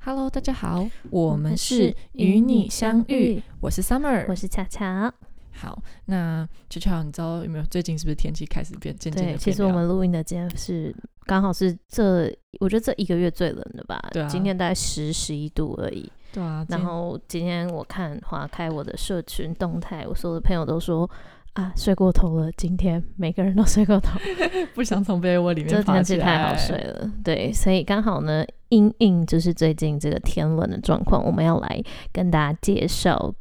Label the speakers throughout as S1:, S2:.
S1: Hello，大家好，我
S2: 们
S1: 们
S2: 是
S1: 是
S2: 嗯与
S1: 与
S2: 你
S1: 你
S2: 相
S1: 相
S2: 遇
S1: 遇，我是
S2: 我
S1: Summer。
S2: 是恰恰。
S1: 好，那球球，你知道有没有最近是不是天气开始变渐渐
S2: 对，
S1: 的
S2: 其实我们录音的今天是刚好是这，我觉得这一个月最冷的吧。
S1: 对啊
S2: 今天大概十十一度而已。
S1: 对啊，今
S2: 然后今天我看划开我的社群动态，我所有的朋友都说啊，睡过头了。今天每个人都睡 过头，
S1: 不想从被窝里面
S2: 这
S1: 爬
S2: 天
S1: 起
S2: 气太好
S1: 来
S2: 睡。了。对，所以刚好呢，因应就是最近这个天冷的状况，我们要来跟大家介绍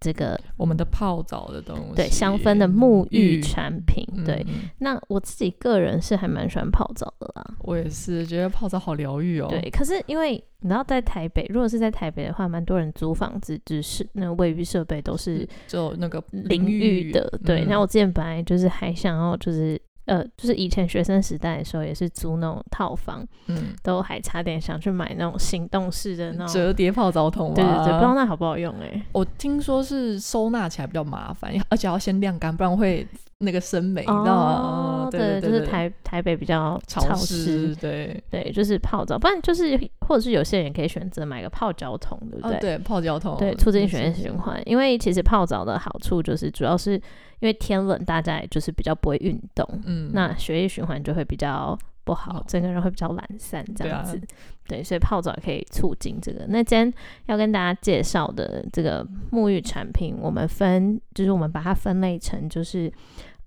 S2: 这个
S1: 我们的泡澡的东西，
S2: 对香氛的沐浴产品。
S1: 嗯
S2: 对，，
S1: 嗯
S2: 那我自己个人是还蛮喜欢泡澡的啦。
S1: 我也是觉得泡澡好疗愈哦。
S2: 对，可是因为你知道，在台北，如果是在台北的话，蛮多人租房子，只是那个卫浴设备都
S1: 嗯，
S2: 是嗯
S1: 就那个
S2: 淋浴的。对，
S1: 嗯
S2: 那我之前本来就是还想要就是。呃，就是以前学生时代的时候，也是租那种套房，
S1: 嗯，
S2: 都还差点想去买那种行动式的那种，
S1: 折叠泡澡桶嘛，
S2: 嗯
S1: 啊
S2: 对对对，不知道那好不好用哎、
S1: 我听说是收纳起来比较麻烦，而且要先晾干，不然会那个生霉，你知道吗？
S2: 哦
S1: 嗯，
S2: 对，
S1: 对对
S2: 就是台台北比较
S1: 潮
S2: 湿，
S1: 对。
S2: 对，就是泡澡，不然就是或者是有些人可以选择买个泡脚桶，对不
S1: 哦，对，泡脚桶，
S2: 对，促进
S1: 是
S2: 血液循。环。因为其实泡澡的好处就是，主要是因为天冷，大家也就是比较不会运动，
S1: 是嗯，
S2: 那血液循环就会比较不好
S1: 好，
S2: 整个人会比较懒散这
S1: 对
S2: 样
S1: 啊
S2: 子。对，所以泡澡可以促进这个。那今天要跟大家介绍的这个沐浴产品，我们分就是我们把它分类成就是。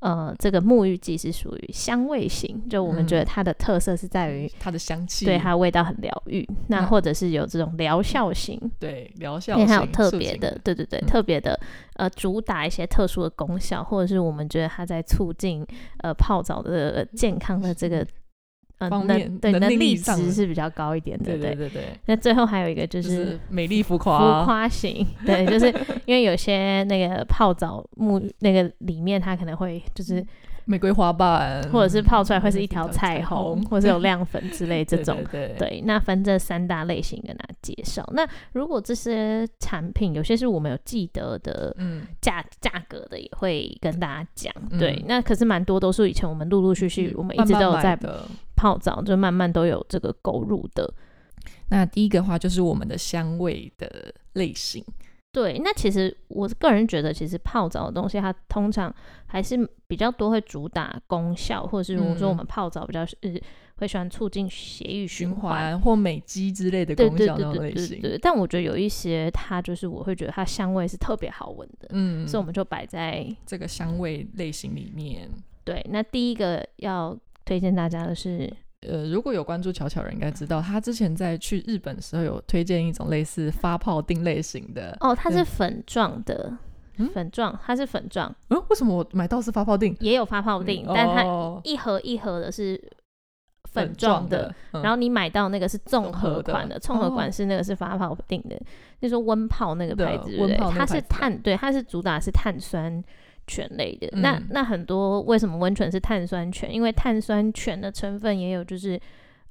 S2: 呃，这个沐浴剂是属于香味型，就我们
S1: 嗯
S2: 觉得它的特色是在于、
S1: 它的香气，
S2: 对它的味道很疗愈，那
S1: 那
S2: 或者是有这种疗效型，
S1: 对疗效
S2: 因为
S1: 性，
S2: 它有特
S1: 促
S2: 别
S1: 进
S2: 的，，对对对，
S1: 嗯
S2: 特别的呃，主打一些特殊的功效，或者是我们觉得它在促进呃泡澡的健康的这个呃
S1: 嗯方
S2: 能
S1: 面
S2: 对
S1: 能
S2: 能
S1: 力
S2: 力
S1: 上
S2: 值是比较高一点的，
S1: 对对
S2: 对。
S1: 对对，
S2: 那最后还有一个就
S1: 就是是美丽浮
S2: 浮
S1: 夸，
S2: 夸型，对，就是因为有些那个泡澡沐那个里面它可能会就是，
S1: 玫瑰花瓣，
S2: 或者是泡出来会是一
S1: 嗯一
S2: 条
S1: 条
S2: 彩
S1: 彩
S2: 虹
S1: 虹，
S2: 或是 有亮粉之类这
S1: 对
S2: 种，
S1: 对对，
S2: 对，那分这三大类型跟大家介绍。那如果这些产品有些是我们有记得的
S1: 嗯，
S2: 价价格的，也会跟大家讲。
S1: 嗯
S2: 对，那可是蛮多都是以前我们陆陆续续
S1: 嗯
S2: 我们一
S1: 慢
S2: 直
S1: 慢
S2: 都有
S1: 买
S2: 在
S1: 的。
S2: 泡澡，就慢慢都有这个购入的。
S1: 那第一个话就是我们的香味的类型，
S2: 对，那其实我个人觉得，其实泡澡的东西它通常还是比较多会主打功效，或者是我说
S1: 嗯
S2: 我们泡澡比较是、呃会喜欢促进血液
S1: 循
S2: 循环，
S1: 环或美肌之类的
S2: 对
S1: 功
S2: 对
S1: 效
S2: 对
S1: 那种
S2: 对
S1: 类
S2: 对
S1: 型，
S2: 对，但我觉得有一些它就是我会觉得它香味是特别好闻的，
S1: 嗯，
S2: 所以我们就摆在
S1: 这个香味类型里面，
S2: 对。那第一个要推荐大家的是，
S1: 呃，如果有关注巧巧人应该知道，他之前在去日本的时候有推荐一种类似发泡定类型的。
S2: 哦，它是
S1: 对
S2: 粉状的，
S1: 嗯
S2: 粉状，它是粉状，
S1: 嗯，为什么我买到是发泡定？
S2: 也有发泡锭，
S1: 嗯
S2: 但它
S1: 哦
S2: 一盒一盒的是粉
S1: 粉
S2: 状
S1: 状
S2: 的。，
S1: 嗯
S2: 然后你买到那个是综
S1: 综
S2: 合
S1: 合的
S2: 款的，综合款
S1: 哦
S2: 是那个是发泡锭的，就是说温泡那个
S1: 的
S2: 牌子，对不
S1: 温
S2: 对
S1: 泡那个
S2: 它是
S1: 牌子的
S2: 碳，对，它是主打是碳酸泉类的。那
S1: 嗯
S2: 那很多为什么温泉是碳酸泉？因为碳酸泉的成分也有就是。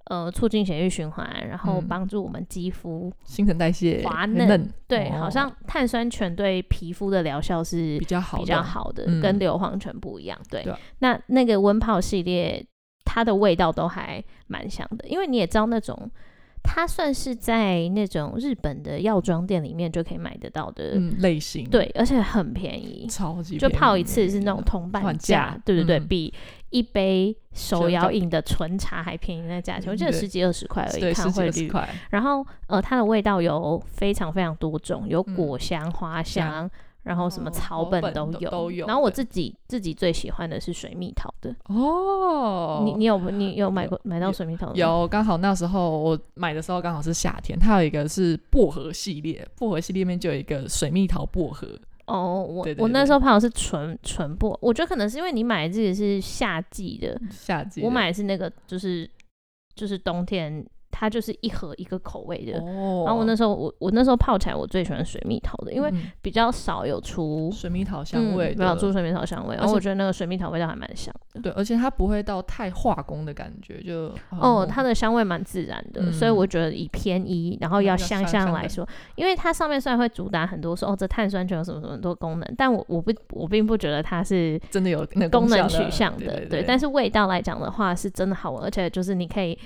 S2: 呃，促进血液循环，然后
S1: 嗯
S2: 帮助我们肌肤。
S1: 新陈代谢
S2: 滑
S1: 很
S2: 嫩对，
S1: 哦
S2: 好像碳酸泉对皮肤的疗效是
S1: 比较好的，
S2: 比较好的，
S1: 嗯
S2: 跟硫磺泉不一样。对，
S1: 对啊
S2: 那那个温泡系列，它的味道都还蛮香的，因为你也知道那种，它算是在那种日本的药妆店里面就可以买得到的，
S1: 嗯类型，，
S2: 对，而且很便宜，
S1: 超级
S2: 就
S1: 便
S2: 泡一
S1: 宜
S2: 次是那种铜板
S1: 换
S2: 价
S1: 价，
S2: 对对对，
S1: 嗯
S2: 比一杯手
S1: 手
S2: 摇
S1: 摇嗯
S2: 饮的纯茶还便宜那价钱，我记得
S1: 对
S2: 十几二十块而已，
S1: 对
S2: 看
S1: 十几
S2: 汇
S1: 二
S2: 率
S1: 十。块，
S2: 然后呃，它的味道有非常非常多种，有
S1: 嗯
S2: 果香、花香，然后什么
S1: 哦
S2: 草
S1: 草本
S2: 都
S1: 都都有
S2: 然后我
S1: 对
S2: 自己自己最喜欢的是水蜜桃的，
S1: 哦，
S2: 你你有 你有买
S1: 有
S2: 过买到水蜜桃的吗？
S1: 有，刚好那时候我买的时候刚好是夏天，它有一个是薄荷系列，薄荷系列里面就有一个水蜜桃薄荷，
S2: 哦，我
S1: 对对
S2: 我那
S1: 对
S2: 时候泡的是纯纯薄，我觉得可能是因为你买的这个是夏季的，
S1: 夏季
S2: 我
S1: 的
S2: 买的是那个就是就是冬天，它就是一盒一个口味的。
S1: 哦，
S2: 然后我那时候我我那时候泡起来，我最喜欢水蜜桃的，因为
S1: 嗯
S2: 比较少有出
S1: 水蜜桃香味
S2: 嗯，没有
S1: 的，
S2: 出水蜜桃香味，然
S1: 而
S2: 后
S1: 且
S2: 我觉得那个水蜜桃味道还蛮香的。
S1: 对，而且它不会到太化工的感觉，就
S2: 哦，它
S1: 的
S2: 的香味蛮自然的，
S1: 嗯
S2: 所以我觉得以偏一，然后要
S1: 要
S2: 香
S1: 香
S2: 香
S1: 香
S2: 来
S1: 的
S2: 说，因为它上面虽然会主打很多说哦，这碳酸泉有什么什么很多功能，但我我不我并不觉得它是
S1: 真的有那个
S2: 功能
S1: 效
S2: 取
S1: 的
S2: 向的，
S1: 对对
S2: 但是味道来讲的话，是真的好闻，而且就是你可以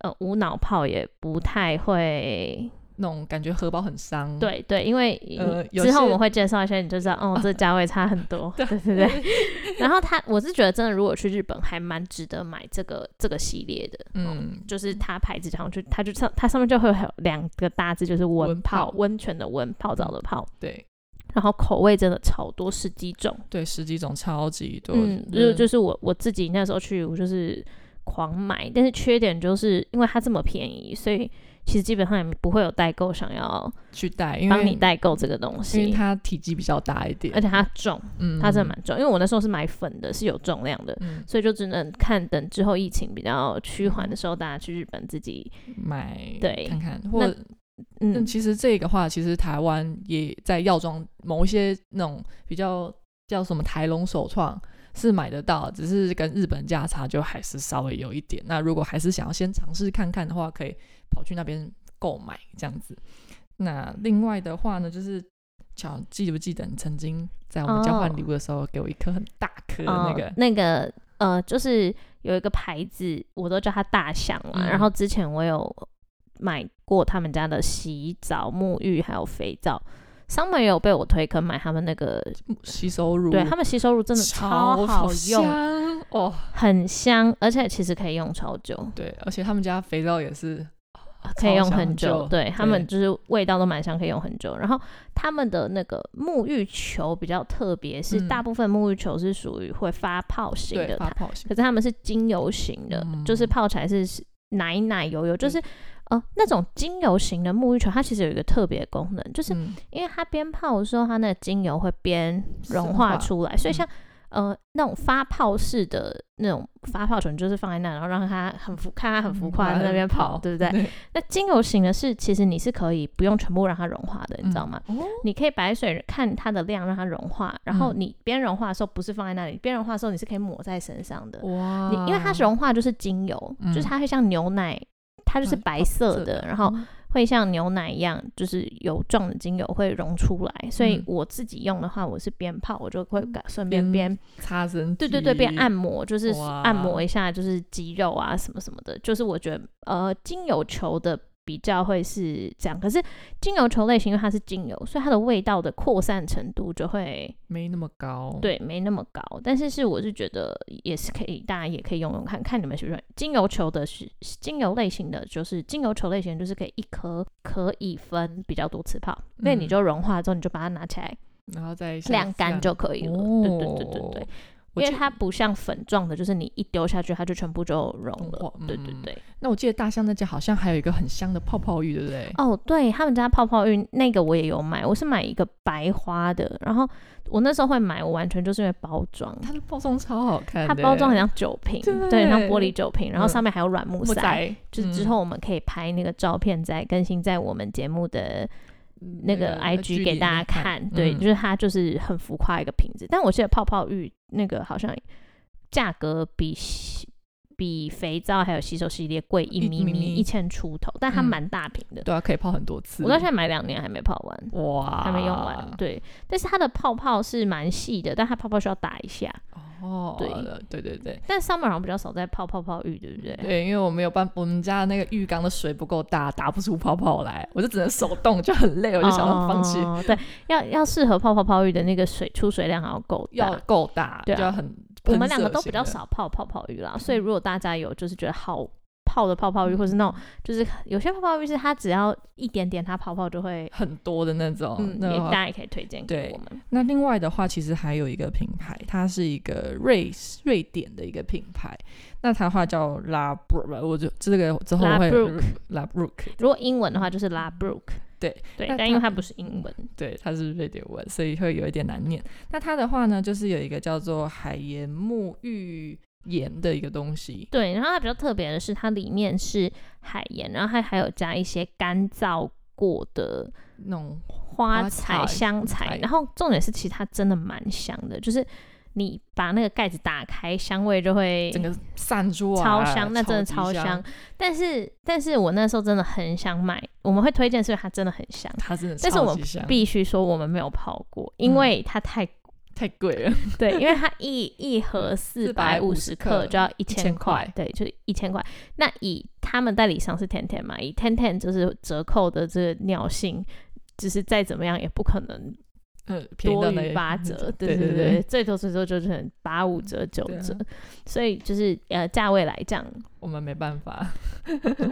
S2: 呃无脑泡也不太会
S1: 那种感觉荷包很伤。
S2: 对对，因为、
S1: 嗯呃有
S2: 之后
S1: 些
S2: 我们会介绍一下，你就知道 哦，这价位差很多，对对对。 然后它，我是觉得真的，如果去日本还蛮值得买这个这个系列的，
S1: 嗯，
S2: 就是它牌子上去，它就上它上面就会有两个大字，就是
S1: 温
S2: 温
S1: 泡嗯
S2: 泡温泉的温，泡澡的泡。
S1: 对
S2: 然后口味真的超多，十几种。
S1: 对，十几种超级多，
S2: 嗯，就就是我我自己那时候去，我就是狂买，但是缺点就是因为它这么便宜，所以其实基本上也不会有代购想要
S1: 去带，因为
S2: 帮你，代购这个东
S1: 因为
S2: 西。
S1: 它体积比较大一点，
S2: 而且它重，
S1: 嗯，
S2: 它真的蛮重，因为我那时候是买粉的，是有重量的，
S1: 嗯
S2: 所以就只能看等之后疫情比较趋缓的时候，大家去日本自己，
S1: 买
S2: 对
S1: 嗯看看，或那
S2: 嗯，
S1: 其实这个话，其实台湾也在药妆某一些那种比较叫什么台龙首创是买得到，只是跟日本价差就还是稍微有一点。那如果还是想要先尝试看看的话，可以跑去那边购买这样子。那另外的话呢，就是巧记不记得你曾经在我们交换
S2: 哦
S1: 礼物的时候，给我一颗很大颗的那个
S2: 哦、那个呃，就是有一个牌子，我都叫它大象啦。
S1: 嗯
S2: 然后之前我有买过他们家的洗澡、沐浴还有肥皂。Summer 也有被我推坑买他们那个，
S1: 吸收乳，
S2: 对他们吸收乳真的
S1: 超
S2: 好用，
S1: 香哦，
S2: 很香，而且其实可以用超久，
S1: 对，而且他们家肥皂也是。
S2: 可以
S1: 超
S2: 用
S1: 香
S2: 很久。对他们就是味道都蛮香，可以用很久。然后他们的那个沐浴球比较特别，是
S1: 嗯
S2: 大部分沐浴球是属于会发泡型
S1: 对
S2: 的，
S1: 发泡型
S2: 可是他们是精油型的，
S1: 嗯
S2: 就是泡起来是奶奶油油，就是呃那种精油型的沐浴球，它其实有一个特别功能，就是
S1: 嗯
S2: 因为它边泡的时候，它那个精油会边融
S1: 升
S2: 化
S1: 华
S2: 出来，所以
S1: 嗯
S2: 像。呃，那种发泡式的那种发泡球，你就是放在那，然后让它很浮，看它很浮夸在那边跑，对 不对？
S1: 对，
S2: 那精油型的是，其实你是可以不用全部让它融化的，你知道吗？
S1: 哦，
S2: 你可以白水看它的量让它融化，然后
S1: 嗯
S2: 你边融化的时候不是放在那里，边融化的时候你是可以抹在身上的。
S1: 哇
S2: 你因为它融化就是精油，
S1: 嗯
S2: 就是它会像牛奶，它就是白色的，然
S1: 嗯
S2: 后会像牛奶一样，就是油状的精油会溶出来。所以
S1: 嗯
S2: 我自己用的话，我是边泡我就会感顺
S1: 边
S2: 便边
S1: 擦身，
S2: 对对对边按，摩，就是
S1: 哇
S2: 按摩一下就是肌肉啊什么什么的。就是我觉得呃精油球的。比较会是这样，可是精油球类型，因为它是精油，所以它的味道的扩散程度就会
S1: 没那么高，，
S2: 对，没那么高，但是是我是觉得也是可以，大家也可以用用看看你们喜不喜欢精油球的是精油类型的，就是精油球类型就是可以一颗可以分比较多次泡，那、你
S1: 嗯
S2: 就融化之后你就把它拿起来
S1: 然后再下次
S2: 晾干
S1: 按
S2: 就可以了。
S1: 哦
S2: 对对对对对，
S1: 我
S2: 因为
S1: 记
S2: 它不像粉状的，就是你一丢下去它就全部就融
S1: 融
S2: 了。
S1: 化
S2: 对对
S1: 嗯
S2: 对，
S1: 那我记得大象那家好像还有一个很香的泡泡浴，对不对？
S2: 哦，对他们家泡泡浴那个我也有买，我是买一个白花的，然后我那时候会买，我完全就是因为包装。
S1: 它的包装超好看
S2: 它
S1: 的，
S2: 包装很像酒瓶，
S1: 对嗯
S2: 对，很像玻璃酒瓶，然后上面还有软木
S1: 木
S2: 塞。
S1: 仔，
S2: 就是之
S1: 嗯
S2: 后我们可以拍那个照片，再更新在我们节目的
S1: 嗯
S2: 那
S1: 呃
S2: 个 IG 给大家看。对，就是它就是很浮夸一个瓶子，但我记得泡泡浴那个好像价格比洗比肥皂还有洗手系列贵一
S1: 一
S2: 咪
S1: 咪咪
S2: 咪一千出头，但它
S1: 嗯
S2: 蛮大瓶的。
S1: 对啊，可以泡很多次，
S2: 我到现在买两年还没泡完，
S1: 哇
S2: 还没用完。
S1: 啊
S2: 对，但是它的泡泡是蛮细的，但它泡泡需要打一下。
S1: 哦，
S2: 对
S1: 对对对。
S2: 但 summer 好像比较少在泡泡泡浴，对不对？
S1: 对，因为我没有办，我们家那个浴缸的水不够大，打不出泡泡来，我就只能手动，就很累，我就想要放弃。
S2: 哦、对，要要适合泡泡泡浴的那个水出水量还要够大
S1: 要。够大，
S2: 对啊
S1: 就要很。
S2: 我们两个都比较，少泡泡泡浴啦，
S1: 嗯
S2: 所以如果大家有就是觉得好泡的泡泡浴，或是那
S1: 嗯
S2: 种就是有些泡泡浴是它只要一点点它泡泡就会，
S1: 很多的那种。
S2: 嗯，
S1: 哦那
S2: 也
S1: 的
S2: 大
S1: 话
S2: 家也可以推荐给
S1: 对
S2: 我们。
S1: 那另外的话，其实还有一个品牌，它是一个瑞瑞典的一个品牌，那它的话叫 La Brook，我就这个之后我
S2: La
S1: 会
S2: Brook
S1: La Brook，
S2: 如果英文的话就是 La Brook，
S1: 嗯对
S2: 对
S1: 那，
S2: 但因为
S1: 它
S2: 它不是英文，
S1: 对，它是瑞典文，所以会有一点难念。那它的话呢，就是有一个叫做海盐沐浴盐的一个东西，
S2: 对，然后它比较特别的是它里面是海盐，然后它还有加一些干燥过的
S1: 那种
S2: 花
S1: 花
S2: 彩、
S1: 彩
S2: 香
S1: 彩
S2: 彩，然后重点是，其实它真的蛮香的，就是你把那个盖子打开，香味就会
S1: 整个散出来，
S2: 超香，那真的
S1: 级
S2: 超
S1: 香
S2: 香，。但是，但是我那时候真的很想买，我们会推荐，是因为它真的很香，
S1: 它真的
S2: 但是
S1: 超
S2: 我
S1: 级香，
S2: 必须说我们没有泡过，
S1: 嗯
S2: 因为它太
S1: 太贵了，
S2: 对，因为它一一盒四百五十克
S1: 克
S2: 就要一千
S1: 1000
S2: 块
S1: 块，
S2: 对，就一千块。那以他们代理商是 Ten Ten 嘛，以 Ten Ten 就是折扣的这个尿性，就是再怎么样也不可能
S1: 嗯，便宜
S2: 多
S1: 到那
S2: 于
S1: 里
S2: 八折，
S1: 对
S2: 对
S1: 对对
S2: 最多最多就是可能八五折、九
S1: 对啊
S2: 折，所以就是呃价位来讲，
S1: 我们没办法，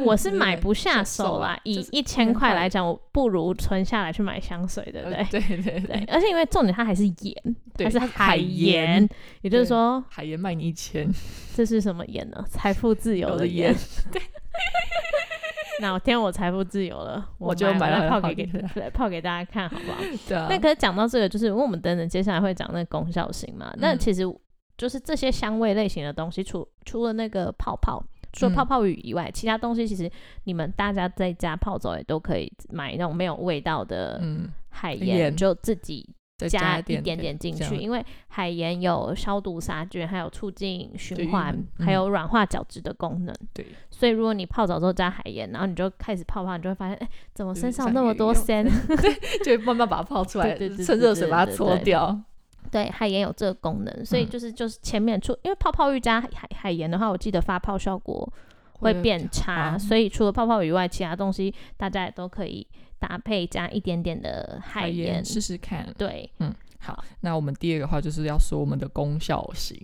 S2: 我是
S1: 就是
S2: 买不下
S1: 手
S2: 手啦
S1: 啦。
S2: 以
S1: 就是
S2: 一千
S1: 1000
S2: 块
S1: 块
S2: 来讲，我不如存下来去买香水，对不对
S1: 呃？对对
S2: 对，而且因为重点它还是盐，它
S1: 对
S2: 是
S1: 它是
S2: 海
S1: 海
S2: 盐
S1: 盐，
S2: 也就是
S1: 对
S2: 说
S1: 海盐卖你一千，
S2: 这是什么盐呢？财富自由
S1: 有
S2: 的
S1: 的
S2: 盐
S1: 盐。
S2: 哪天我财富自由了，
S1: 我就
S2: 买
S1: 买
S2: 来
S1: 了
S2: 泡
S1: 好
S2: 给给
S1: 的
S2: 对泡给大家看，好不好？
S1: 对啊，
S2: 那可是讲到这个，就是因为我们等等接下来会讲那个功效性嘛。那
S1: 嗯
S2: 其实就是这些香味类型的东西，除除了那个泡泡，除了
S1: 嗯
S2: 泡泡浴以外，其他东西其实你们大家在家泡澡也都可以买那种没有味道的
S1: 嗯，
S2: 海
S1: 海
S2: 盐，
S1: 盐
S2: 就自己
S1: 再
S2: 加
S1: 一
S2: 点
S1: 点
S2: 进
S1: 这
S2: 去，
S1: 样
S2: 因为海盐有消毒杀菌，还有促进
S1: 对
S2: 循
S1: 于
S2: 环，
S1: 嗯
S2: 还有软化角质的功能。
S1: 对，
S2: 所以如果你泡澡之后加海盐，然后你就开始泡泡，你就会发现，哎、怎么
S1: 就是
S2: 身上
S1: 像
S2: 那么
S1: 鱼一
S2: 多
S1: 样
S2: 鲜？
S1: 就慢慢把它泡出来，
S2: 对对对
S1: 趁热水把它
S2: 对对
S1: 搓
S2: 对
S1: 掉，
S2: 对，海盐有这个功能，所以
S1: 嗯
S2: 就是就是前面除因为泡泡浴加海海盐的话，我记得发泡效果会
S1: 会有啊
S2: 变差，
S1: 好
S2: 所以除了泡泡以外，其他东西大家也都可以搭配加一点点的海盐。
S1: 试试看。
S2: 对，
S1: 好，那我们第二个话就是要说我们的功效型，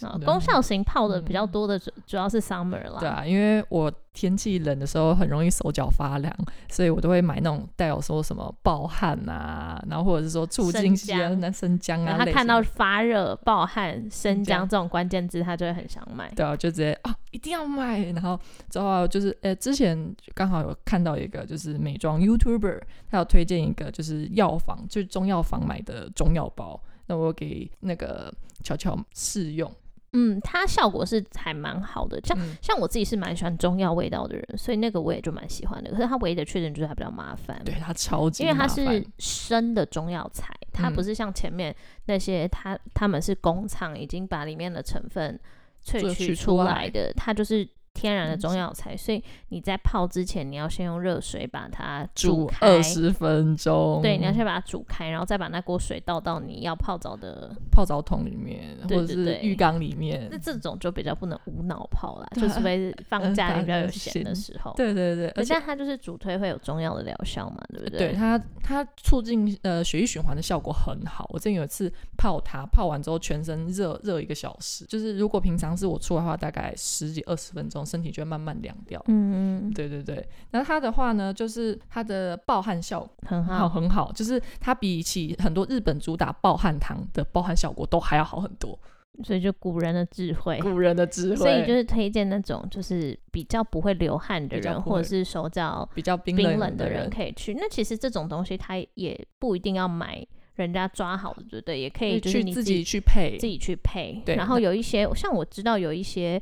S2: 然后
S1: 真的
S2: 呃哦功效型泡的比较
S1: 嗯
S2: 多的主主要是 summer 啦。
S1: 对啊，因为我天气冷的时候很容易手脚发凉，所以我都会买那种带有说什么暴汗啊，然后或者是说促进系啊、
S2: 生姜
S1: 那生姜
S2: 然
S1: 啊，
S2: 后他
S1: 类
S2: 看
S1: 型
S2: 到
S1: 的
S2: 发热、暴汗、生
S1: 这
S2: 姜
S1: 样
S2: 这种关键字，他就会很想买。
S1: 对啊，就直接啊一定要买。然后之后啊就是呃，之前刚好有看到一个就是美妆 YouTuber，他有推荐一个就是药房，就是中药房买的中药包，那我给那个巧巧试用，
S2: 嗯，它效果是还蛮好的。像
S1: 嗯，
S2: 像我自己是蛮喜欢中药味道的人，所以那个我也就蛮喜欢的。可是它唯一的缺点就是它比较麻烦，
S1: 对它超级
S2: 因为它
S1: 麻烦
S2: 是生的中药材，它不
S1: 嗯
S2: 是像前面那些它他们是工厂已经把里面的成分萃
S1: 萃
S2: 取
S1: 取
S2: 出
S1: 出
S2: 来
S1: 来
S2: 的，它就是天然的
S1: 嗯
S2: 中药材，所以你在泡之前，你要先用热水把它
S1: 煮
S2: 开。
S1: 二十分钟，
S2: 对，你要先把它煮开，然后再把那锅水倒到你要泡澡的，
S1: 泡澡桶里面，
S2: 对
S1: 或者
S2: 对
S1: 是
S2: 对
S1: 浴缸里面
S2: 那。这种就比较不能无脑泡啦，
S1: 嗯对
S2: 就
S1: 啊
S2: 除非是放
S1: 嗯
S2: 假
S1: 大
S2: 你比较
S1: 家
S2: 有
S1: 都
S2: 闲的
S1: 闲
S2: 时候。
S1: 对对对，
S2: 可
S1: 而
S2: 是
S1: 且
S2: 它就是主推会有中药的疗效嘛，对不
S1: 对它它促进呃血液循环的效果很好。我之前有一次泡它，泡完之后全身热热一个小时，就是如果平常是我出来的话，大概十几二十分钟，身体就会慢慢凉掉。
S2: 嗯，
S1: 对对对，那它的话呢，就是它的暴汗效果
S2: 很
S1: 好
S2: 好。
S1: 很好，就是它比起很多日本主打暴汗糖的暴汗效果都还要好很多，
S2: 所以就古人的智慧，
S1: 古人的智慧，
S2: 所以就是推荐那种就是比较不会流汗的
S1: 比较
S2: 人，
S1: 不会
S2: 或者是手脚
S1: 比较冰
S2: 冰冷
S1: 的
S2: 人
S1: 人，
S2: 可以去。那其实这种东西它也不一定要买人家抓好的，对不对？也可以就是
S1: 去
S2: 你
S1: 自
S2: 己
S1: 己去配
S2: 自，己去配。
S1: 对
S2: 然后
S1: 那
S2: 有一些像我知道有一些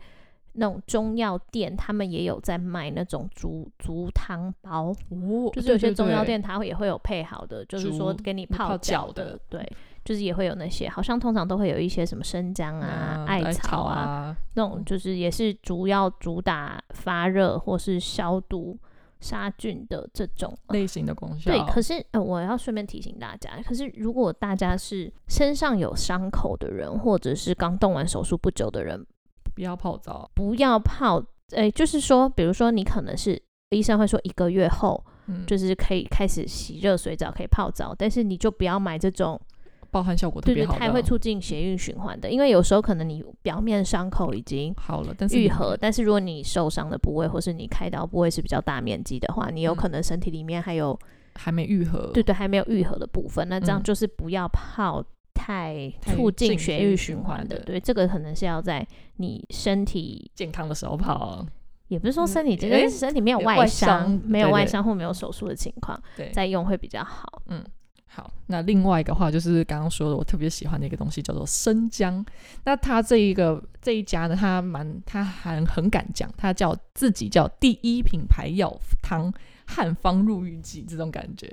S2: 那种中药店，他们也有在卖那种竹竹汤包，
S1: 哦
S2: 就是有
S1: 对
S2: 些
S1: 对
S2: 中药
S1: 对
S2: 店它会也会有配好的，就是说
S1: 竹
S2: 给你
S1: 你
S2: 泡
S1: 泡
S2: 脚
S1: 脚的
S2: 的，对，就是也会有那些，好像通常都会有一些什么生姜啊、艾草啊
S1: 嗯啊，
S2: 那种，就是也是主要主打发热或是消毒杀菌的这种。
S1: 类型的功效。
S2: 对，可是、呃、我要顺便提醒大家，可是如果大家是身上有伤口的人，或者是刚动完手术不久的人，
S1: 不要泡澡，
S2: 不要泡。诶，就是说，比如说你可能是医生会说一个月后
S1: 嗯，
S2: 就是可以开始洗热水澡，可以泡澡，但是你就不要买这种，
S1: 暴汗效果特
S2: 对
S1: 别
S2: 对，
S1: 好的，啊
S2: 它也会促进血液循环的，因为有时候可能你表面伤口已经
S1: 好了，但是
S2: 愈
S1: 你
S2: 合，但是如果你受伤的部位或是你开刀部位是比较大面积的话，你
S1: 嗯
S2: 有可能身体里面还有、
S1: 还没愈合，
S2: 对对还没有愈合的部分，那这样
S1: 呃嗯
S2: 就是不要泡太
S1: 太
S2: 促进
S1: 进
S2: 血
S1: 血
S2: 液
S1: 液
S2: 循
S1: 循
S2: 环
S1: 环
S2: 的，
S1: 的
S2: 对，这个可能是要在你身体。
S1: 健康的时候泡，
S2: 也不是说
S1: 嗯
S2: 身体健
S1: 诶
S2: 康，是身体没有
S1: 有
S2: 外
S1: 外
S2: 伤
S1: 伤，
S2: 没有
S1: 对
S2: 外
S1: 对
S2: 伤或没有手术的情况，
S1: 对，
S2: 再用会比较好。
S1: 好，那另外一个话就是刚刚说的，我特别喜欢的一个东西叫做生姜。那它这一个这一家呢，它蛮它还很敢讲，它叫自己叫第一品牌药汤汉方入浴剂这种感觉，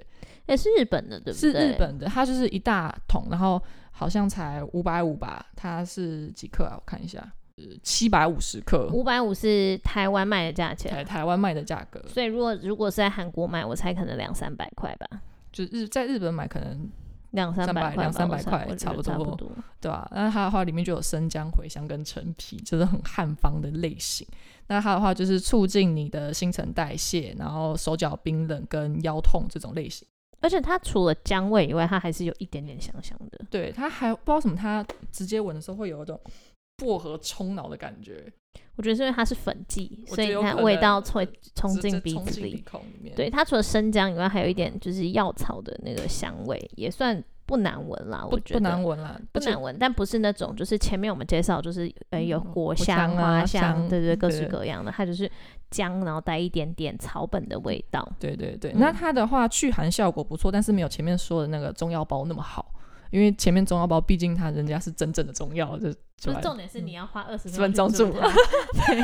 S2: 诶，是日本的，对不
S1: 是
S2: 对？
S1: 日本的，它就是一大桶，然后好像才五百五吧，它是几克啊？我看一下，呃，七百五十克，
S2: 五百五是台湾卖的价钱，
S1: 台台湾卖的价格，
S2: 所以如果如果是在韩国买，我猜可能两三百块吧。
S1: 就是在日本买可能
S2: 两
S1: 300
S2: 三百块吧，
S1: 两三百
S2: 我想
S1: 块
S2: 我觉
S1: 差
S2: 得
S1: 不
S2: 差
S1: 多
S2: 多。
S1: 对吧、那它的话里面就有生姜、茴香跟陈皮，就是很汉方的类型。那它的话就是促进你的新陈代谢，然后手脚冰冷跟腰痛这种类型。
S2: 而且它除了姜味以外，它还是有一点点香香的。
S1: 对，它还不知道为什么，它直接闻的时候会有一种薄荷冲脑的感觉，
S2: 我觉得是因为它是粉剂，
S1: 我
S2: 所
S1: 觉得
S2: 以
S1: 有
S2: 它
S1: 可
S2: 味
S1: 能
S2: 道会冲
S1: 直
S2: 进
S1: 接
S2: 鼻
S1: 冲
S2: 子
S1: 进
S2: 里
S1: 鼻。孔里面。
S2: 对，它除了生姜以外，还有一点就是药草的那个香味，也算不难闻啦。
S1: 不
S2: 我觉
S1: 不
S2: 得
S1: 难闻啦，
S2: 不
S1: 而且
S2: 难闻，但不是那种就是前面我们介绍，就是呃有
S1: 嗯
S2: 果
S1: 果香
S2: 花
S1: 啊
S2: 香，
S1: 香
S2: 对对，各
S1: 对
S2: 式各样的，它就是姜，然后带一点点草本的味道。
S1: 对对对，
S2: 嗯
S1: 那它的话祛寒效果不错，但是没有前面说的那个中药包那么好，因为前面中药包毕竟它人家是真正的中药，就
S2: 就
S1: 就是来
S2: 重点是你要花二十
S1: 分钟
S2: 煮
S1: 煮啊
S2: 它， 对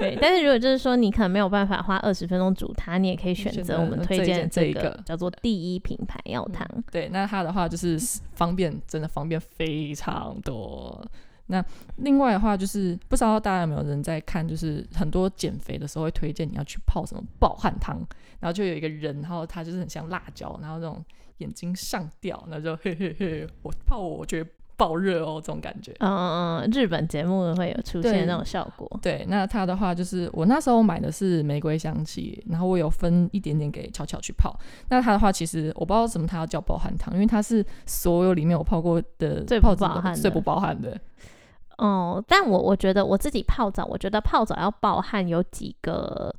S2: 对。但是如果就是说你可能没有办法花二十分钟煮它，你也可以选
S1: 选
S2: 择
S1: 择呃
S2: 我们
S1: 这
S2: 推
S1: 一
S2: 荐
S1: 件这一
S2: 个
S1: 个
S2: 叫做第一品牌药
S1: 嗯
S2: 汤。
S1: 对，那它的话就是方便，真的方便非常多。那另外的话就是，不知道大家有没有人在看，就是很多减肥的时候会推荐你要去泡什么暴汗汤，然后就有一个人，然后他就是很像辣椒，然后那种眼睛上吊，然后就嘿嘿嘿，我泡我我觉得爆热哦，这种感觉。
S2: 嗯嗯，嗯，日本节目会有出现
S1: 对
S2: 那种效果。
S1: 对，那它的话就是我那时候买的是玫瑰香气，然后我有分一点点给巧巧去泡。那它的话，其实我不知道为什么它要叫包含汤，因为它是所有里面我泡过的
S2: 最不
S1: 泡
S2: 饱
S1: 的
S2: 和的
S1: 最不包含的。
S2: 哦、但我我觉得我自己泡澡，我觉得泡澡要暴汗有几个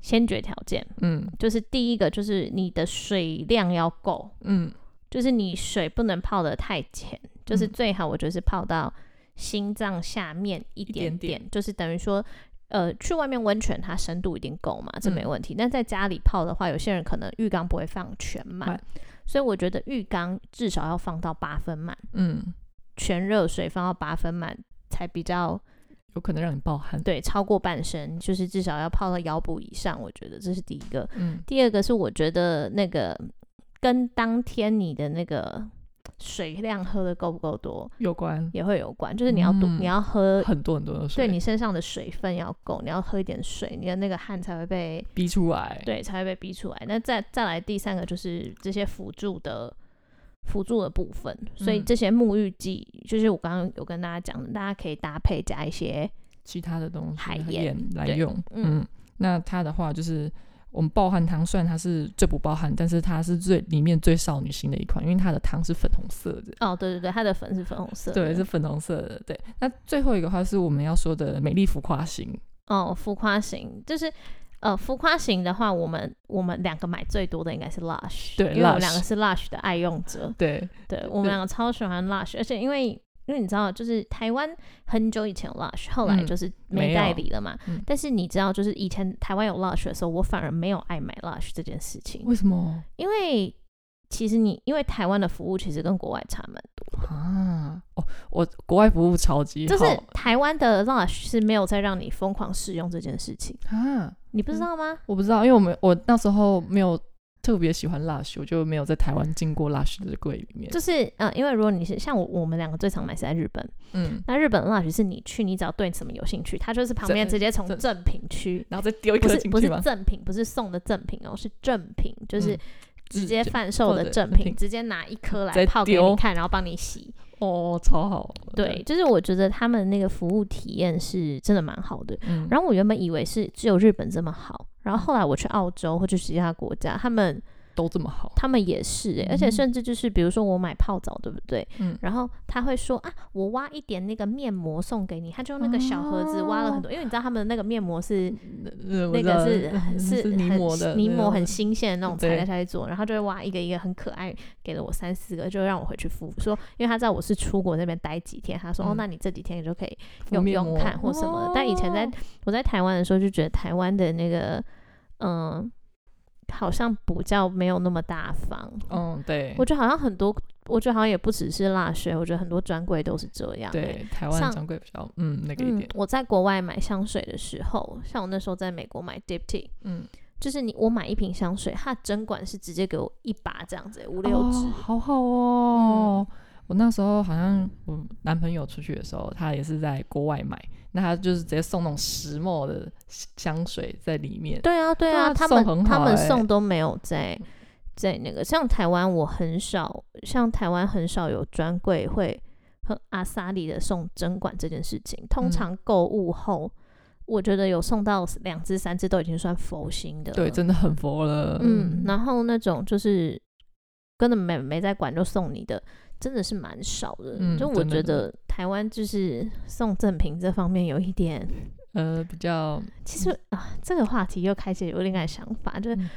S2: 先决条件，
S1: 嗯
S2: 就是第一个就是你的水量要够，
S1: 嗯，
S2: 就是你水不能泡得太浅，就是
S1: 嗯
S2: 最好我觉得是泡到心脏下面一点
S1: 点点
S2: 就是等于说。呃，去外面温泉它深度一定够嘛，这没
S1: 嗯
S2: 问题。但在家里泡的话，有些人可能浴缸不会放全满
S1: 满，
S2: 所以我觉得浴缸至少要放到八分满，
S1: 嗯，
S2: 全热水放到八分满才比较
S1: 有可能让你暴汗。
S2: 对，超过半身就是至少要泡到腰部以上，我觉得这是第一个。
S1: 嗯
S2: 第二个是我觉得那个跟当天你的那个水量喝的够不够多
S1: 有关
S2: 也会有关，就是你要多，
S1: 嗯
S2: 你要喝，
S1: 很多很多的水，
S2: 呃对你身上的水分要够，你要喝一点水，你的那个汗才会被
S1: 逼出来。
S2: 对才会被逼出来。那再再来第三个就是这些辅助的。辅助的部分，所以
S1: 嗯
S2: 这些沐浴剂、就是我刚刚有跟大家讲的，大家可以搭配加一些
S1: 其他的东西
S2: 海
S1: 和
S2: 盐
S1: 盐来
S2: 对
S1: 用。
S2: 嗯
S1: 嗯，那它的话就是我们爆汗汤，虽然它是最不包含，但是它是最里面最少女心的一款，因为它的汤是粉红色的。
S2: 哦，对对对，它的粉是粉红色的，
S1: 对，是粉红色的。对，那最后一个话是我们要说的美丽浮夸型。
S2: 哦，浮夸型就是呃，浮夸型的话，我们我们两个买最多的应该是 Lush，
S1: 对
S2: 因为我们
S1: Lush
S2: 两个是 Lush 的爱用者，
S1: 对，
S2: 对我们两个超喜欢 Lush，而且因为因为你知道，就是台湾很久以前有 Lush，后来
S1: 嗯
S2: 就是
S1: 没
S2: 没
S1: 有
S2: 代理了嘛。
S1: 嗯
S2: 但是你知道，就是以前台湾有 Lush 的时候，我反而没有爱买 Lush 这件事情，
S1: 为什么
S2: 因为其实你因为台湾的服务其实跟国外差蛮多，
S1: 啊？哦，我国外服务超级好
S2: 就是台湾的 Lush 是没有在让你疯狂试用这件事情，
S1: 啊，
S2: 你不知道吗？
S1: 我不知道，因为我们我那时候没有特别喜欢 Lush，我就没有在台湾经过 Lush 的柜里面。
S2: 就是呃，因为如果你是像我，我们两个最常买是在日本。
S1: 嗯，
S2: 那日本 lunch 是你去，你只要对什么有兴趣，它就是旁边
S1: 正
S2: 直接从
S1: 正
S2: 正品区，
S1: 然后再丢一
S2: 不
S1: 颗
S2: 是
S1: 进
S2: 不
S1: 去
S2: 是
S1: 吗？
S2: 赠品，不是送的赠品哦，是正品，就是
S1: 嗯
S2: 直
S1: 直
S2: 接
S1: 接
S2: 贩售
S1: 或
S2: 的
S1: 者
S2: 正
S1: 正
S2: 品，
S1: 品
S2: 直接拿一颗来
S1: 再
S2: 泡给你
S1: 丢
S2: 看，然后帮你洗。
S1: 哦，超好。
S2: 对，，就是我觉得他们那个服务体验是真的蛮好的。
S1: 嗯，
S2: 然后我原本以为是只有日本这么好，然后后来我去澳洲或者其他国家，他们
S1: 都这么好。
S2: 他们也是、欸，而且
S1: 嗯
S2: 甚至就是，比如说我买泡澡，对不对？
S1: 嗯
S2: 然后他会说啊，我挖一点那个面膜送给你，他就用那个小盒子挖了很多，因为你知道他们那个面膜是
S1: 呃嗯我
S2: 那
S1: 知道
S2: 个 是
S1: 是
S2: 是
S1: 泥
S2: 很
S1: 膜的
S2: 泥
S1: 那
S2: 膜
S1: 种
S2: 很新鲜的那种材料
S1: 对
S2: 下去做，然后就会挖一个一个很可爱，给了我三四个，就让我回去敷，说因为他知道我是出国那边待几天，他说、哦，
S1: 嗯
S2: 那你这几天你就可以
S1: 敷
S2: 用
S1: 面
S2: 用
S1: 膜
S2: 看或什么的。但以前在
S1: 哦
S2: 我在台湾的时候就觉得台湾的那个嗯、好像比较没有那么大方，
S1: 嗯，对
S2: 我，觉得好像很多，我觉得好像也不只是辣水，我觉得很多专柜都是这样、欸。
S1: 对，台湾
S2: 上
S1: 的专柜比较嗯那个一
S2: 嗯
S1: 点，，
S2: 我在国外买香水的时候，像我那时候在美国买 Dipty，
S1: 嗯，
S2: 就是你我买一瓶香水，它的针管是直接给我一把这样子欸、五六支。
S1: 哦，好好哦。我那时候好像我男朋友出去的时候，他也是在国外买，那他就是直接送那种石墨的香水在里面。
S2: 对啊，对
S1: 对
S2: 啊，
S1: 啊
S2: 他
S1: 送
S2: 们、
S1: 很
S2: 他
S1: 好
S2: 们
S1: 欸
S2: 送都没有在在那个像台湾，我很少，像台湾很少有专柜会很阿萨里的送针管这件事情。通
S1: 嗯
S2: 常购物后，我觉得有送到两只、三只都已经算佛心的了。
S1: 对，真的很佛了。
S2: 嗯，然后那种就是根本没没在管就送你的，真的是蛮少的。
S1: 嗯
S2: 就我
S1: 真的
S2: 觉得台湾就是送赠品这方面有一点，
S1: 呃，比较
S2: 其实啊，这个话题又开始有另外想法，就是
S1: 嗯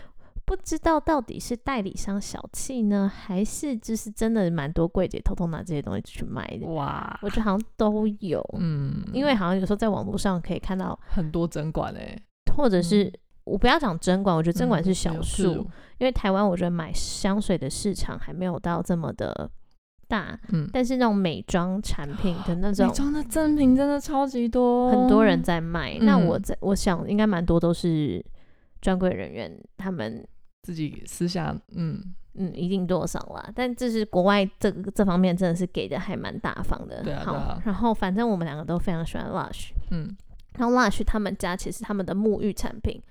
S2: 不知道到底是代理商小气呢，还是就是真的蛮多柜姐偷偷拿这些东西去卖的。
S1: 哇，
S2: 我觉得好像都有，
S1: 嗯，
S2: 因为好像有时候在网络上可以看到，
S1: 很多针管哎，
S2: 或者是、
S1: 嗯
S2: 我不要讲针管，我觉得针管
S1: 嗯
S2: 是小
S1: 有
S2: 数，
S1: 是
S2: 因为台湾我觉得买香水的市场还没有到这么的大，
S1: 嗯，
S2: 但是那种美妆产品的那
S1: 美
S2: 种
S1: 妆的赠品真的超级多，
S2: 很多人在卖。那
S1: 嗯
S2: 我在我想应该蛮多都是专柜人员他们。
S1: 自己私下嗯，
S2: 嗯，一定多少啦？但这是国外这个这方面真的是给的还蛮大方的。
S1: 对啊
S2: 好，
S1: 对啊
S2: 然后反正我们两个都非常喜欢 Lush，
S1: 嗯，
S2: 然后 Lush 他们家其实他们的沐浴产品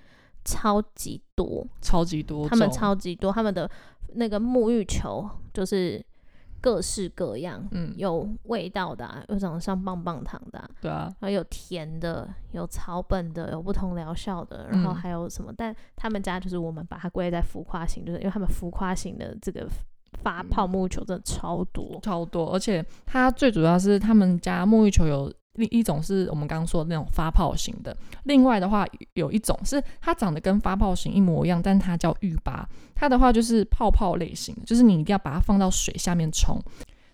S2: 超级多，
S1: 超级多种，
S2: 他们超级多，他们的那个沐浴球就是各式各样，
S1: 嗯，
S2: 有味道的、啊，有长得像棒棒糖的啊、
S1: 对啊，
S2: 然后有甜的，有草本的，有不同疗效的，然后
S1: 嗯
S2: 还有什么？但他们家就是我们把它归类在浮夸型，就是因为他们浮夸型的这个
S1: 嗯
S2: 发泡沫球真的超多，
S1: 超多，而且它最主要是他们家沐浴球有另一种是我们刚刚说的那种发泡型的，另外的话有一种是它长得跟发泡型一模一样，但它叫浴巴，它的话就是泡泡类型，就是你一定要把它放到水下面冲。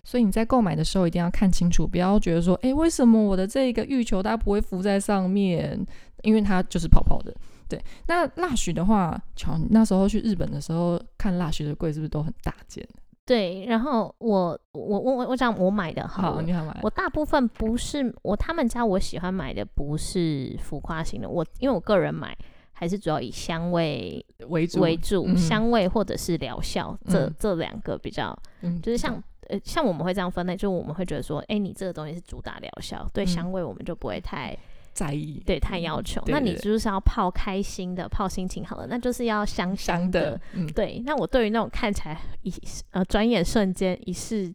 S1: 所以你在购买的时候一定要看清楚，不要觉得说，诶，为什么我的这个浴球它不会浮在上面？因为它就是泡泡的。对，那 Lush 的话，乔，你那时候去日本的时候看 Lush 的柜是不是都很大件？
S2: 对。然后我我我我讲我买的好
S1: 好，
S2: 了。
S1: 你还买了？
S2: 我大部分不是我他们家我喜欢买的不是浮夸型的，我因为我个人买还是主要以香味
S1: 为主
S2: 为主，
S1: 嗯
S2: 香味或者是疗效这、
S1: 嗯
S2: 这两个比较，
S1: 嗯
S2: 就是像呃像我们会这样分类，就我们会觉得说，哎、你这个东西是主打疗效，对
S1: 嗯
S2: 香味我们就不会太、
S1: 在意，
S2: 对太要求，
S1: 对
S2: 那你
S1: 对
S2: 就是要泡开心的，泡心情好了，那就是要香
S1: 香
S2: 的。
S1: 的，嗯，
S2: 对，那我对于那种看起来一呃转眼瞬间一视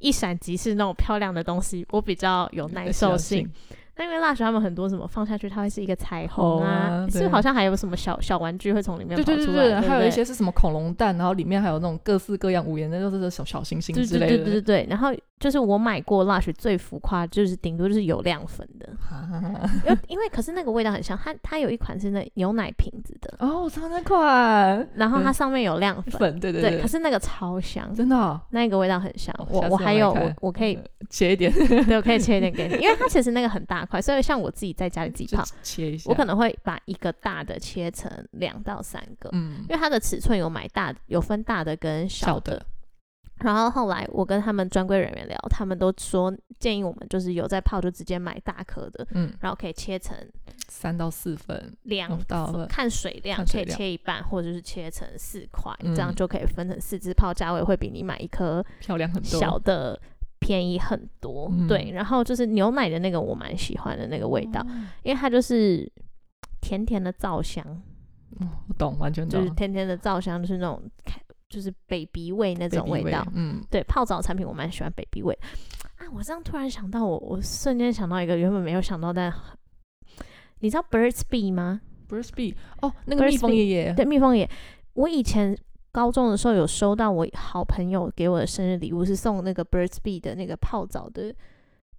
S2: 一闪即逝那种漂亮的东西，我比较有耐受性。那因为蜡烛他们很多什么放下去，它会是一个彩虹
S1: 哦
S2: 啊，
S1: 啊
S2: 是不是
S1: 对
S2: 好像还有什么小小玩具会从里面
S1: 对
S2: 跑出
S1: 对
S2: 来，
S1: 对
S2: 不
S1: 对，还有一
S2: 对
S1: 些是什么恐龙蛋，然后里面还有那种各式各样五颜六色的小小星星
S2: 对
S1: 之
S2: 对
S1: 类
S2: 对对
S1: 的。
S2: 对对，然后就是我买过蜡烛最浮夸，就是顶多就是有亮粉 的，
S1: 啊
S2: 因为因为可是那个味道很像，它它有一款是那牛奶瓶子的，
S1: 哦，我超那款
S2: 然后它
S1: 嗯
S2: 上面有亮粉，
S1: 粉，对对
S2: 对，
S1: 对
S2: 可，是那个超香，
S1: 真的哦
S2: 那个味道很香
S1: 哦。
S2: 我
S1: 下
S2: 我
S1: 次买
S2: 还有
S1: 看
S2: 我我可以
S1: 切一点，
S2: 对，我可以切一点给你，因为它其实那个很大块，所以像我自己在家里自己
S1: 就
S2: 泡，
S1: 切一下。
S2: 我可能会把一个大的切成两到三个，
S1: 嗯
S2: 因为它的尺寸有买大，有分大的跟小
S1: 小
S2: 的。
S1: 的，
S2: 然后后来我跟他们专柜人员聊，他们都说建议我们就是有在泡就直接买大颗的，
S1: 嗯，
S2: 然后可以切成
S1: 三到四分，
S2: 两
S1: 哦到了
S2: 看水量
S1: 看
S2: 可
S1: 水
S2: 以
S1: 量
S2: 切一半，或者是切成四块，
S1: 嗯
S2: 这样就可以分成四支泡，价位会比你买一颗
S1: 漂亮很多。
S2: 小的便宜很多。
S1: 嗯
S2: 对，然后就是牛奶的那个我蛮喜欢的那个味道，
S1: 哦
S2: 因为它就是甜甜的皂香，
S1: 我懂，完全
S2: 就
S1: 懂
S2: 是，甜甜的皂香，就是那种就是 baby 味那
S1: 这
S2: 种味道。
S1: 嗯，
S2: 对，泡澡产品我蛮喜欢 baby 味啊。我这样突然想到我，我瞬间想到一个原本没有想到，但你知道 Birds Bee 吗？
S1: Bruce B，哦，那个蜜
S2: Bruce
S1: 蜂
S2: Bee，
S1: 爷爷，
S2: 对，蜜蜂也，我以前高中的时候有收到我好朋友给我的生日礼物，是送那个 Birds Bee 的那个泡澡的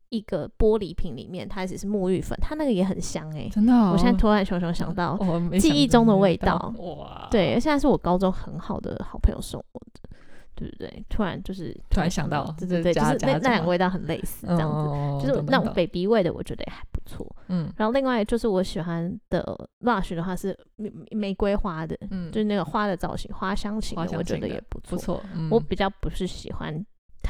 S2: 一个玻璃瓶，里面它只是沐浴粉，它那个也很香哎、
S1: 真的哦，
S2: 我现在突然熊熊想到，
S1: 哦我没
S2: 记
S1: 想
S2: 忆
S1: 到
S2: 中的
S1: 那个
S2: 味道
S1: 哇，，
S2: 对，而且还是我高中很好的好朋友送我的，对不对？突然就是
S1: 突然想到
S2: 对对对，就
S1: 加
S2: 是那
S1: 加
S2: 那
S1: 什
S2: 两个
S1: 么
S2: 味道很类似，这样子，
S1: 哦
S2: 就是
S1: 懂
S2: 那
S1: 懂
S2: 种
S1: 懂
S2: baby 味的，我觉得也还不错。
S1: 嗯
S2: 然后另外就是我喜欢的 Lush 的话是玫玫瑰花的，
S1: 嗯，
S2: 就是那个花的造型，花香型
S1: 花
S2: 的，
S1: 香
S2: 我觉
S1: 型
S2: 得
S1: 的
S2: 也不
S1: 不
S2: 错。
S1: 错，嗯
S2: 我比较不是喜欢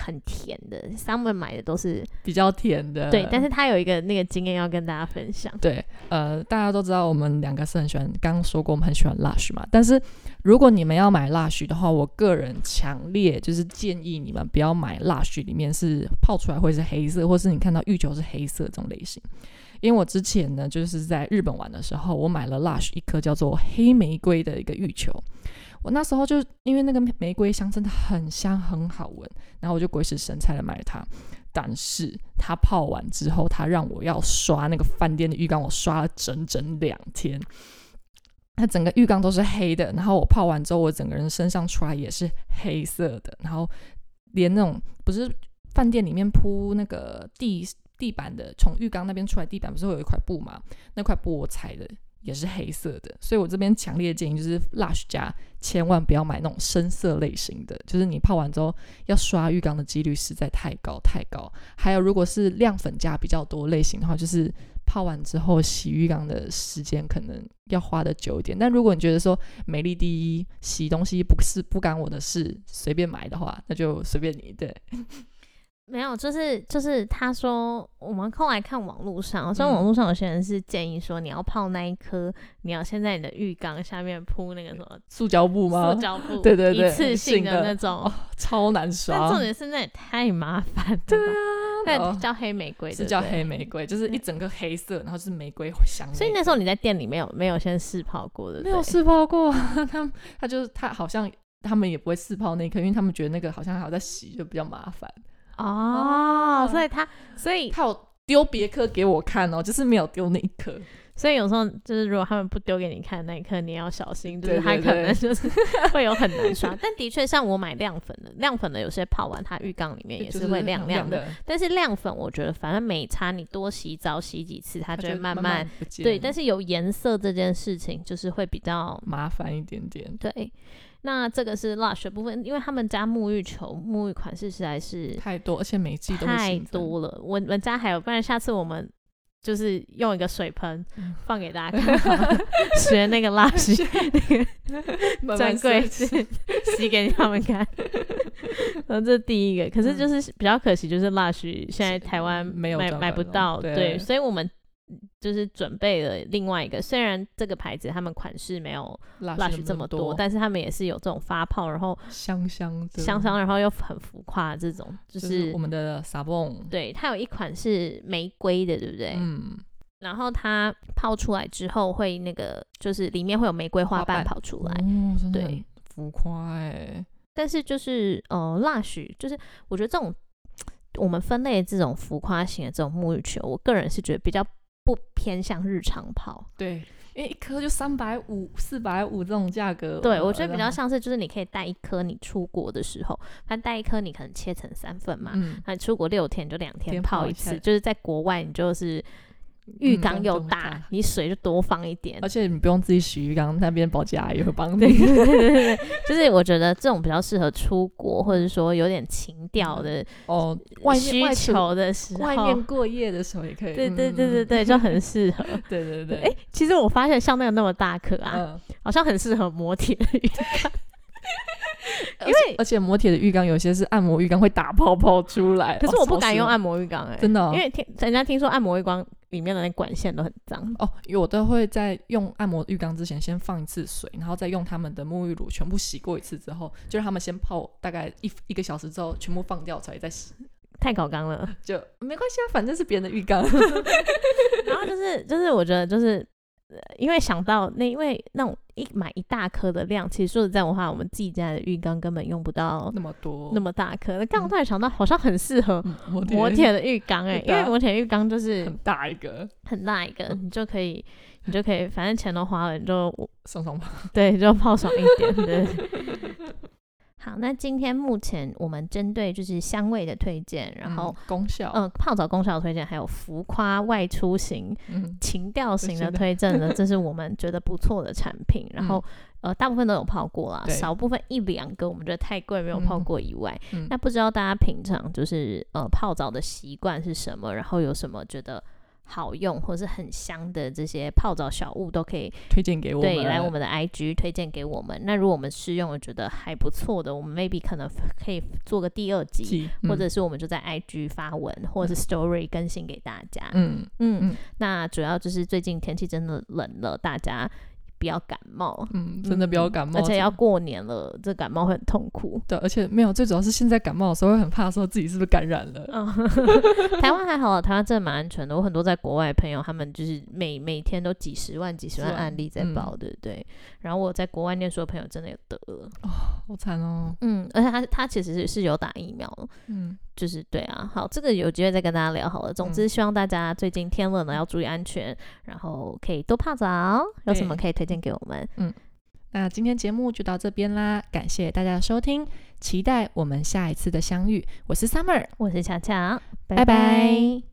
S2: 很甜的，Summer 买的都是
S1: 比较甜的，
S2: 对，但是他有一个那个经验要跟大家分享。
S1: 对，呃，大家都知道我们两个是很喜欢，刚刚说过我们很喜欢 Lush 嘛。但是如果你们要买 Lush 的话，我个人强烈就是建议你们不要买 Lush 里面是泡出来会是黑色，或是你看到浴球是黑色这种类型，因为我之前呢，就是在日本玩的时候，我买了 Lush 一颗叫做黑玫瑰的一个浴球。我那时候就因为那个玫瑰香真的很香，很好闻，然后我就鬼使神差的买了它。但是它泡完之后，它让我要刷那个饭店的浴缸，我刷了整整两天。它整个浴缸都是黑的，然后我泡完之后，我整个人身上出来也是黑色的，然后连那种不是饭店里面铺那个地地板的，从浴缸那边出来地板不是会有一块布嘛？那块布我踩的也是黑色的，所以我这边强烈建议就是 Lush 家千万不要买那种深色类型的，就是你泡完之后要刷浴缸的几率实在太高太高。还有如果是亮粉加比较多类型的话，就是泡完之后洗浴缸的时间可能要花的久一点。但如果你觉得说美丽第一，洗东西不是不干我的事，随便买的话，那就随便你。对，
S2: 没有，就是就是他说，我们后来看网络上，虽
S1: 嗯
S2: 然网络上有些人是建议说，你要泡那一颗，你要先在你的浴缸下面铺那个什么
S1: 塑胶布吗？
S2: 塑胶布，
S1: 对对对
S2: 一次性
S1: 性
S2: 的
S1: 的
S2: 那种
S1: 哦。 超难
S2: 但
S1: 刷
S2: 重。点是那也太麻烦了，对啊，那
S1: 哦
S2: 叫黑玫瑰，
S1: 是
S2: 对不
S1: 叫
S2: 对嗯
S1: 黑玫瑰，就是一整个黑色，然后是玫瑰香味。
S2: 所以那时候你在店里没有没有先试泡过的，
S1: 没有试泡过，啊 他他就是他好像他们也不会试泡那一颗，因为他们觉得那个好像还要再洗，就比较麻烦。
S2: 哦
S1: 哦，
S2: 所以他所以
S1: 他有丢别颗给我看哦，就是没有丢那一颗。
S2: 所以有时候就是如果他们不丢给你看那一刻，你也要小心，就是
S1: 对
S2: 他
S1: 对
S2: 可
S1: 对
S2: 能就是 会有很难刷。但的确，像我买亮粉的，亮粉的有些泡完它浴缸里面 也
S1: 就是
S2: 会亮亮
S1: 亮
S2: 的。，但是亮粉我觉得反正每擦你多洗澡洗几次，它
S1: 它
S2: 就
S1: 就
S2: 会慢
S1: 慢
S2: 慢
S1: 不见
S2: 对。但是有颜色这件事情就是会比较
S1: 麻烦一点点。
S2: 对。那这个是 Lush 的部分，因为他们家沐浴球、沐浴款式实在是
S1: 太多，而且每季都会
S2: 太
S1: 新增，
S2: 多了，我们家还有，不然下次我们就是用一个水盆
S1: 嗯
S2: 放给 大家看好了，学那个拉西
S1: 慢慢
S2: 专柜
S1: 设
S2: 是
S1: 计
S2: 洗给他们 看。然后这是第一个，可是就是比较可惜，就是拉西现在
S1: 嗯是
S2: 台湾
S1: 没有
S2: 买
S1: 专
S2: 买不
S1: 门了
S2: 到，
S1: 对
S2: 对，所以我们就是准备了另外一个，虽然这个牌子他们款式没有拉西
S1: ，Lush
S2: 这么多，
S1: 多，
S2: 但是他们也是有这种发泡，然后
S1: 香香的
S2: 香香，然后又很浮夸的这种，就
S1: 就是
S2: 是
S1: 我。们的 Sabon，
S2: 对，它有一款是玫瑰的，对不对？
S1: 嗯，
S2: 然后它泡出来之后会那个，就是里面会有玫瑰花
S1: 花
S2: 瓣
S1: 瓣
S2: 跑出来。
S1: 哦，真的
S2: 对
S1: 很浮夸哎，
S2: 但是就是呃，蜡许就是我觉得这种我们分类的这种浮夸型的这种沐浴球，我个人是觉得比较不偏向日常泡。
S1: 对，因为一颗就三百五、四百五这种价格，
S2: 对，我觉得比较
S1: 小，
S2: 像是就是你可以带一颗，你出国的时候，它带一颗你可能切成三份嘛。
S1: 嗯，
S2: 那你出国六天你就两天
S1: 天
S2: 泡
S1: 泡
S2: 一
S1: 一下
S2: 次，就是在国外你就是浴
S1: 嗯
S2: 缸
S1: 这样
S2: 又
S1: 就会
S2: 大，
S1: 大哦
S2: 你水就多放一点
S1: 而，且你不用自己洗浴缸，那边保洁阿姨会帮你
S2: 对，对对对对，就是我觉得这种比较适合出国，或者说有点情调的
S1: 哦，外面
S2: 需
S1: 外出
S2: 求的时候，
S1: 外面过夜的时候也可以，
S2: 对
S1: 嗯
S2: 对对对
S1: 嗯
S2: 对，就很适合。
S1: 对对对，
S2: 哎，其实我发现像那个那么大颗啊，
S1: 嗯，
S2: 好像很适合摩铁的浴 缸，因
S1: 而且
S2: 为
S1: 而且摩铁的浴缸有些是按摩浴缸会打泡泡出来，
S2: 可是
S1: 哦
S2: 我不敢用，
S1: 手
S2: 按摩浴缸哎、
S1: 死真的哦，
S2: 因为听人家听说按摩浴缸里面的那管线都很脏。
S1: 哦，因为我都会在用按摩浴缸之前先放一次水，然后再用他们的沐浴乳全部洗过一次之后，就让他们先泡大概一一个小时之后全部放掉，才再洗。
S2: 太 搞纲了，
S1: 就没关系啊，反正是别人的浴 缸。
S2: 然后就是就是我觉得就是，呃因为想到那因为那种一买一大颗的量，其实说实在话，我们自己家的浴缸根本用不到
S1: 那么多，
S2: 那么大颗。那刚刚突然想到，好像很适合
S1: 嗯摩天
S2: 摩铁的浴缸哎、
S1: 对
S2: 因
S1: 的
S2: 为摩铁浴缸就是
S1: 很大一个，
S2: 很大一个，你就可 以，你就可以，反正钱都花了，你就
S1: 上上吧。嗯
S2: 对，就泡爽一点，对。 好，那今天目前我们针对就是香味的推荐，然后
S1: 嗯、功效，
S2: 嗯、呃泡澡功效的推荐，还有浮夸外出型、
S1: 嗯，
S2: 情调型的
S1: 是的嗯
S2: 推荐 呢，这是我们觉得不错的产品。然后、呃，大部分都有泡过啦，
S1: 对
S2: 少部分一两个我们觉得太贵没有泡
S1: 嗯
S2: 过以外，
S1: 嗯
S2: 那不知道大家平常就是呃泡澡的习惯是什么，然后有什么觉得好用或是很香的这些泡澡小物都可以
S1: 推荐给我们，
S2: 对来我们的 IG 推荐给我们。那如果我们试用我觉得还不错的，我们 maybe 可能可以做个第二集。
S1: 记，
S2: 或者是我们就在 IG 发文，或者是 Story 更新给大家。
S1: 嗯
S2: 嗯，
S1: 嗯
S2: 那主要就是最近天气真的冷了，大家不要感冒，
S1: 嗯，真的不要
S2: 嗯
S1: 感冒，
S2: 而且要过年了，这感冒会很痛苦。
S1: 对，而且没有，最主要是现在感冒的时候会很怕说自己是不是感染了。
S2: 嗯， 台湾还好啦，台湾真的蛮安全的。我很多在国外的朋友，他们就是每每天都几十万、几十万
S1: 是啊
S2: 案例在
S1: 嗯
S2: 报，对不对？然后我在国外念书的朋友真的有得了，
S1: 好惨哦，
S2: 嗯，而且他他其实是是有打疫苗，
S1: 嗯，
S2: 就是对啊。好，这个有机会再跟大家聊好了。总之，
S1: 嗯
S2: 希望大家最近天冷了要注意安全，然后可以多泡澡。有什么
S1: 对
S2: 可以推荐给我们？
S1: 那今天节目就到这边啦，感谢大家的收听，期待我们下一次的相遇。我是 Summer。
S2: 我是巧巧，
S1: 拜
S2: 拜
S1: 拜